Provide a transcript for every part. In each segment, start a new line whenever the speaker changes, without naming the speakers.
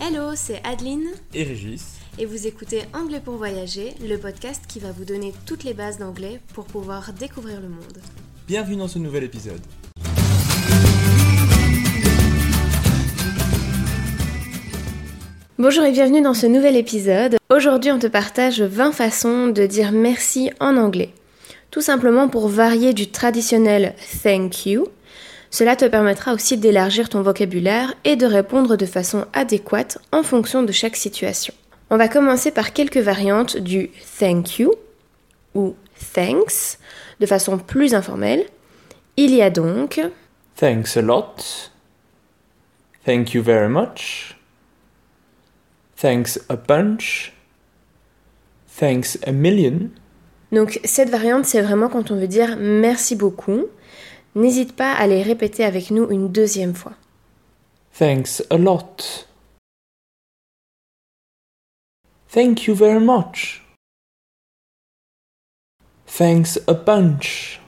Hello, c'est Adeline
et Régis.
et vous écoutez Anglais pour voyager, le podcast qui va vous donner toutes les bases d'anglais pour pouvoir découvrir le monde.
Bienvenue dans ce nouvel épisode.
Bonjour et bienvenue dans ce nouvel épisode. Aujourd'hui, on te partage 20 façons de dire merci en anglais. Tout simplement pour varier du traditionnel thank you. Cela te permettra aussi d'élargir ton vocabulaire et de répondre de façon adéquate en fonction de chaque situation. On va commencer par quelques variantes du thank you ou thanks de façon plus informelle. Il y a donc
Thanks a lot. Thank you very much. Thanks a bunch. Thanks a million.
Donc cette variante, c'est vraiment quand on veut dire merci beaucoup. N'hésite pas à les répéter avec nous une deuxième fois.
Thanks a lot. Thank you very much. Thanks a bunch.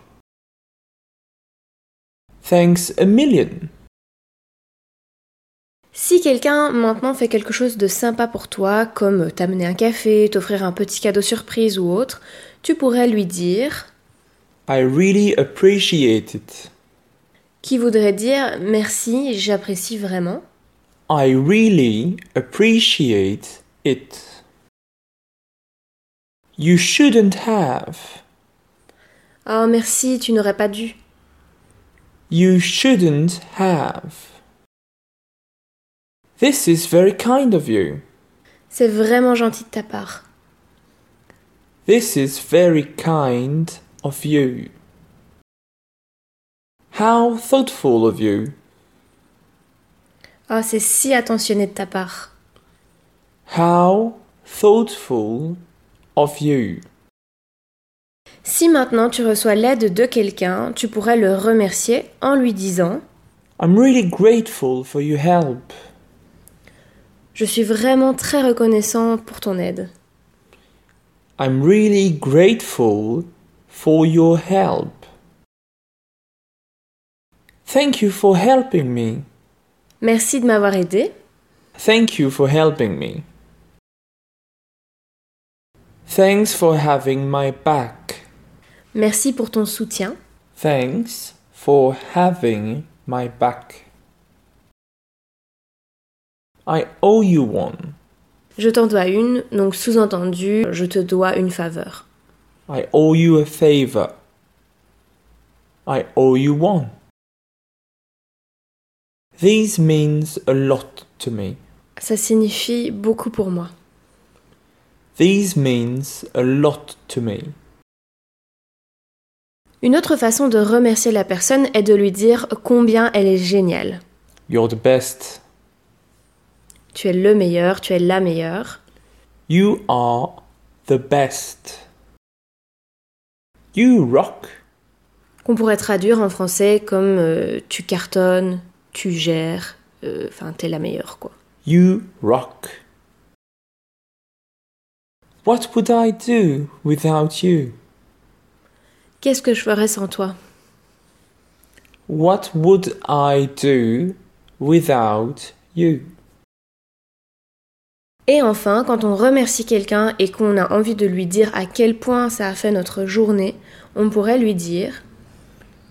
Thanks a million.
Si quelqu'un maintenant fait quelque chose de sympa pour toi, comme t'amener un café, t'offrir un petit cadeau surprise ou autre, tu pourrais lui dire,
I really appreciate it.
qui voudrait dire merci, j'apprécie vraiment.
I really appreciate it. You shouldn't have.
Oh merci, tu n'aurais pas dû.
You shouldn't have. This is very kind of you.
C'est vraiment gentil de ta part.
This is very kind of you. How thoughtful of you.
Oh c'est si attentionné de ta part.
How thoughtful of you.
Si maintenant tu reçois l'aide de quelqu'un, tu pourrais le remercier en lui disant
I'm really grateful for your help.
Je suis vraiment très reconnaissant pour ton aide.
I'm really grateful for your help. Thank you for helping me.
Merci de m'avoir aidé.
Thank you for helping me. Thanks for having my back.
Merci pour ton soutien.
Thanks for having my back. I owe you one.
Je t'en dois une, donc sous-entendu, je te dois une faveur.
I owe you a favor. I owe you one. These means a lot to me.
Ça signifie beaucoup pour moi.
These means a lot to me.
Une autre façon de remercier la personne est de lui dire combien elle est géniale.
You're the best.
Tu es le meilleur, tu es la meilleure.
You are the best. You rock.
Qu'on pourrait traduire en français comme euh, tu cartonnes, tu gères, euh, enfin t'es la meilleure quoi.
You rock. What would I do without you?
Qu'est-ce que je ferais sans toi
What would I do without you?
Et enfin, quand on remercie quelqu'un et qu'on a envie de lui dire à quel point ça a fait notre journée, on pourrait lui dire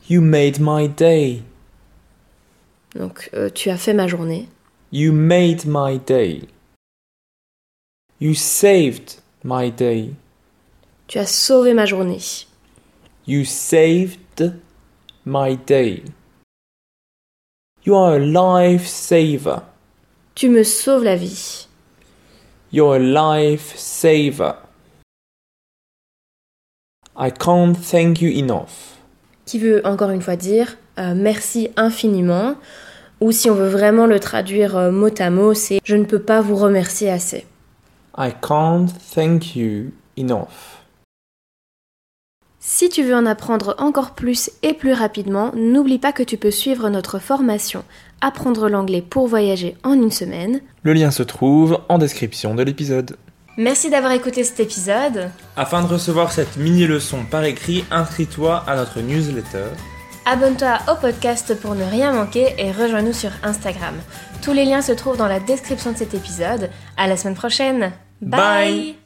You made my day.
donc euh, tu as fait ma journée,
You made my day. You saved my day.
tu as sauvé ma journée.
You saved my day. You are a lifesaver.
Tu me sauves la vie.
You're a lifesaver. I can't thank you enough.
Qui veut encore une fois dire euh, merci infiniment ou si on veut vraiment le traduire euh, mot à mot, c'est je ne peux pas vous remercier assez.
I can't thank you enough.
Si tu veux en apprendre encore plus et plus rapidement, n'oublie pas que tu peux suivre notre formation Apprendre l'anglais pour voyager en une semaine.
Le lien se trouve en description de l'épisode.
Merci d'avoir écouté cet épisode.
Afin de recevoir cette mini-leçon par écrit, inscris-toi à notre newsletter
Abonne-toi au podcast pour ne rien manquer et rejoins-nous sur Instagram. Tous les liens se trouvent dans la description de cet épisode. À la semaine prochaine.
Bye.